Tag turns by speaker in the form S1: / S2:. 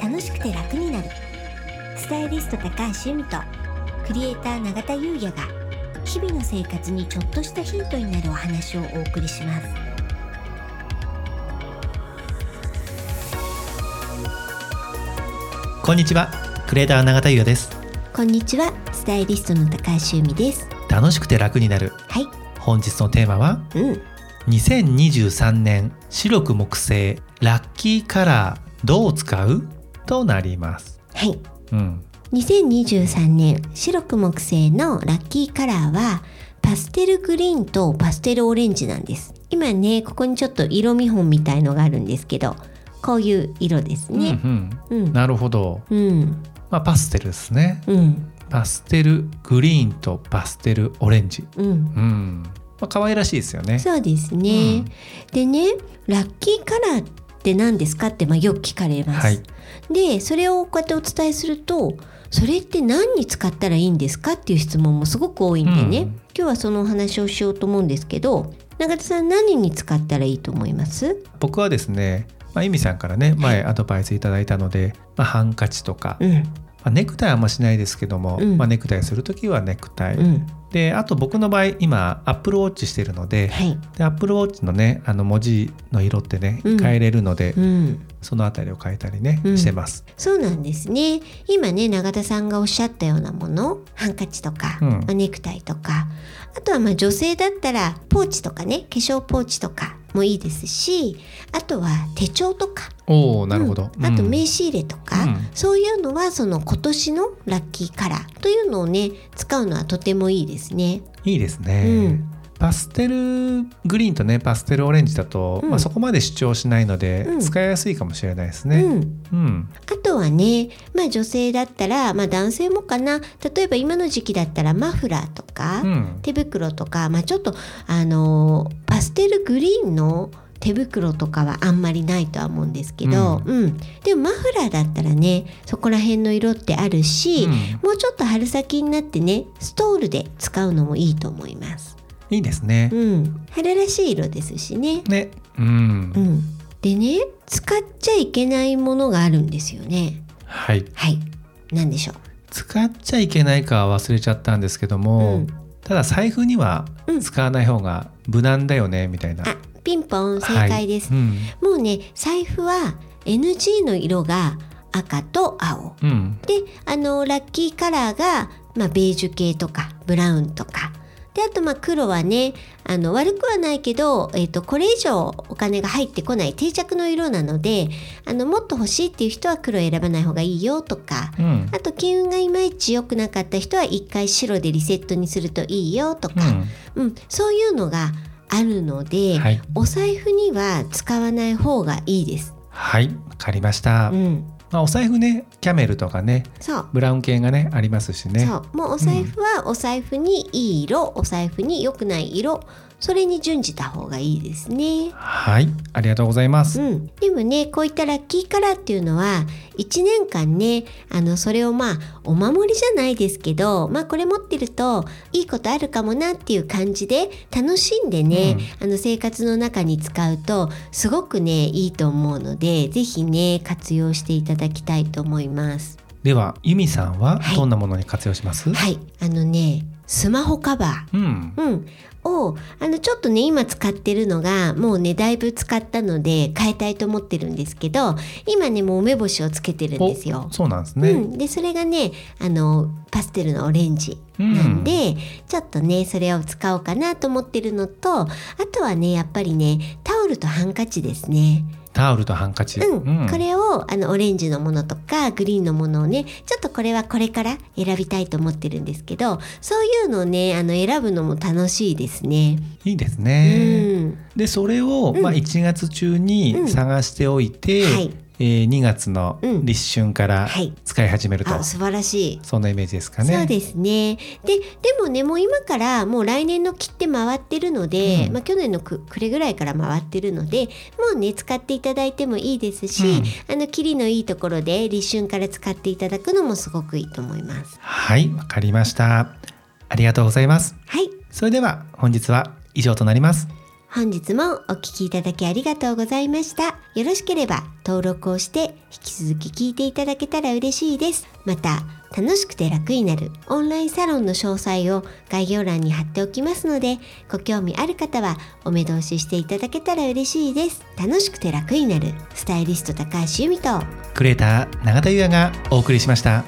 S1: 楽しくて楽になるスタイリスト高橋由美とクリエイター永田優也が日々の生活にちょっとしたヒントになるお話をお送りします
S2: こんにちはクリエイター永田優也です
S1: こんにちはスタイリストの高橋由美です
S2: 楽しくて楽になる
S1: はい
S2: 本日のテーマは
S1: うん
S2: 2023年白く木製ラッキーカラーどう使うとなります
S1: はい
S2: うん
S1: 2023年白く木製のラッキーカラーはパステルグリーンとパステルオレンジなんです今ねここにちょっと色見本みたいのがあるんですけどこういう色ですね
S2: うん
S1: うん、う
S2: うん
S1: ん
S2: なるほど、
S1: うん
S2: まあ、パステルですね
S1: うん
S2: パステルグリーンとパステルオレンジうんまあ可愛らしいですよね
S1: そうですね、でねラッキーカラーって何ですかってまあよく聞かれます、
S2: はい
S1: でそれをこうやってお伝えするとそれって何に使ったらいいんですかっていう質問もすごく多いんでね、
S2: うん
S1: 今日はそのお話をしようと思うんですけど永田さん何に使ったらいいと思います
S2: 僕はですねまあ、ゆみさんからね前アドバイスいただいたので、まあ、ハンカチとか、
S1: うん
S2: まあ、ネクタイはあんましないですけども、
S1: うん
S2: まあ、ネクタイする時はネクタイ、
S1: うん
S2: であと僕の場合今アップルウォッチしてるので
S1: はい
S2: でアップルウォッチのねあの文字の色ってね
S1: うん
S2: 変えれるので、
S1: うん
S2: そのあたりを変えたりね、
S1: うん
S2: してます。
S1: そうなんですね今ね永田さんがおっしゃったようなものハンカチとか、
S2: うん
S1: まあネクタイとかあとはまあ女性だったらポーチとかね化粧ポーチとかもいいですしあとは手帳とか
S2: おおなるほど。
S1: うんあと名
S2: 刺
S1: 刺入れとか、
S2: うん
S1: そういうのはその今年のラッキーカラーというのをね使うのはとてもいいですね。
S2: いいですね、
S1: うん
S2: パステルグリーンとねパステルオレンジだと、
S1: うん
S2: まあ、そこまで主張しないので、
S1: うん
S2: 使いやすいかもしれないです
S1: う
S2: ね。
S1: ん
S2: うん、
S1: あとはね、まあ、女性だったら、まあ、男性もかな例えば今の時期だったらマフラーとか、
S2: うん
S1: 手袋とか、まあ、ちょっとあのーパステルグリーンの手袋とかはあんまりないとは思うんですけど、うんでもマフラーだったらねそこら辺の色ってあるし、
S2: うん
S1: もうちょっと春先になってねストールで使うのもいいと思います。
S2: いいですね。
S1: うん、春らしい色ですしね。
S2: ね、うん、
S1: うん、でね使っちゃいけないものがあるんですよね。
S2: はい
S1: はい、なんでしょ
S2: 使っちゃいけないかは忘れちゃったんですけど
S1: う。う
S2: も、
S1: ん、
S2: ただ財布には
S1: うん
S2: 使わない方が無難だよねみたいな。
S1: あピンポン正
S2: は
S1: 解
S2: い
S1: です。
S2: うん
S1: もうね財布は NG の色が赤と青
S2: うん
S1: であのラッキーカラーが、まあ、ベージュ系とかブラウンとかであとまあ黒はねあの悪くはないけど、えっとこれ以上お金が入ってこない定着の色なのであのもっと欲しいっていう人は黒を選ばない方がいいよとか
S2: うん
S1: あと金運がいまいち良くなかった人は一回白でリセットにするといいよと
S2: う
S1: か、
S2: ん
S1: うんそういうのがあるので、
S2: はい
S1: お財布には使わない方がいいです。
S2: はいわかりました、
S1: うん、
S2: まあ、お財布ねキャメルとかね
S1: そう
S2: ブラウン系がねありますしね
S1: そうもうお財布はお財布にいい色、お財布に良くない色それに準じた方がいいですね。
S2: はいありがとうございます、
S1: うん、でもねこういったラッキーカラーっていうのは1年間ねあのそれをまあお守りじゃないですけど、まあ、これ持ってるといいことあるかもなっていう感じで楽しんでね、あの生活の中に使うとすごくねいいと思うので是非ね活用していただきたいと思います。
S2: ではユミさんは
S1: はい
S2: どんなものに活用します、
S1: はい、あのねスマホカバー
S2: うん
S1: うん、をあのちょっとね今使ってるのがもうねだいぶ使ったので変えたいと思ってるんですけど今ねもう梅干しをつけてるんですよ。
S2: そうなんですね、
S1: うん、でそれがねあのパステルのオレンジ
S2: うん
S1: なんで、ちょっとねそれを使おうかなと思ってるのとあとはねやっぱりねタオルとハンカチですね。
S2: タオルとハンカチ、
S1: うん、
S2: うん
S1: これをあのオレンジのものとかグリーンのものをねちょっとこれはこれから選びたいと思ってるんですけどそういうのをねあの選ぶのも楽しいですね。
S2: いいです
S1: う
S2: ね、
S1: ん、
S2: でそれを、
S1: うん
S2: まあ、1月中
S1: うん
S2: に探しておいて、
S1: はい
S2: えー2月の
S1: うん
S2: 立春から
S1: はい
S2: 使い始めると、
S1: あ素晴らしい。
S2: そんなイメージですかね
S1: そうですねででもねもう今からもう来年の切って回ってるので、
S2: うん
S1: まあ、去年のく暮れぐらいから回ってるのでもうね使っていただいてもいいですし、あの切りのいいところで立春から使っていただくのもすごくいいと思います。
S2: はいわかりましたありがとうございます
S1: はい
S2: それでは本日は以上となります
S1: 本日もお聞きいただきありがとうございました。よろしければ登録をして引き続き聞いていただけたら嬉しいです。また、楽しくて楽になるオンラインサロンの詳細を概要欄に貼っておきますので、ご興味ある方はお目通ししていただけたら嬉しいです。楽しくて楽になるスタイリスト高橋由美と
S2: クレーター永田裕也がお送りしました。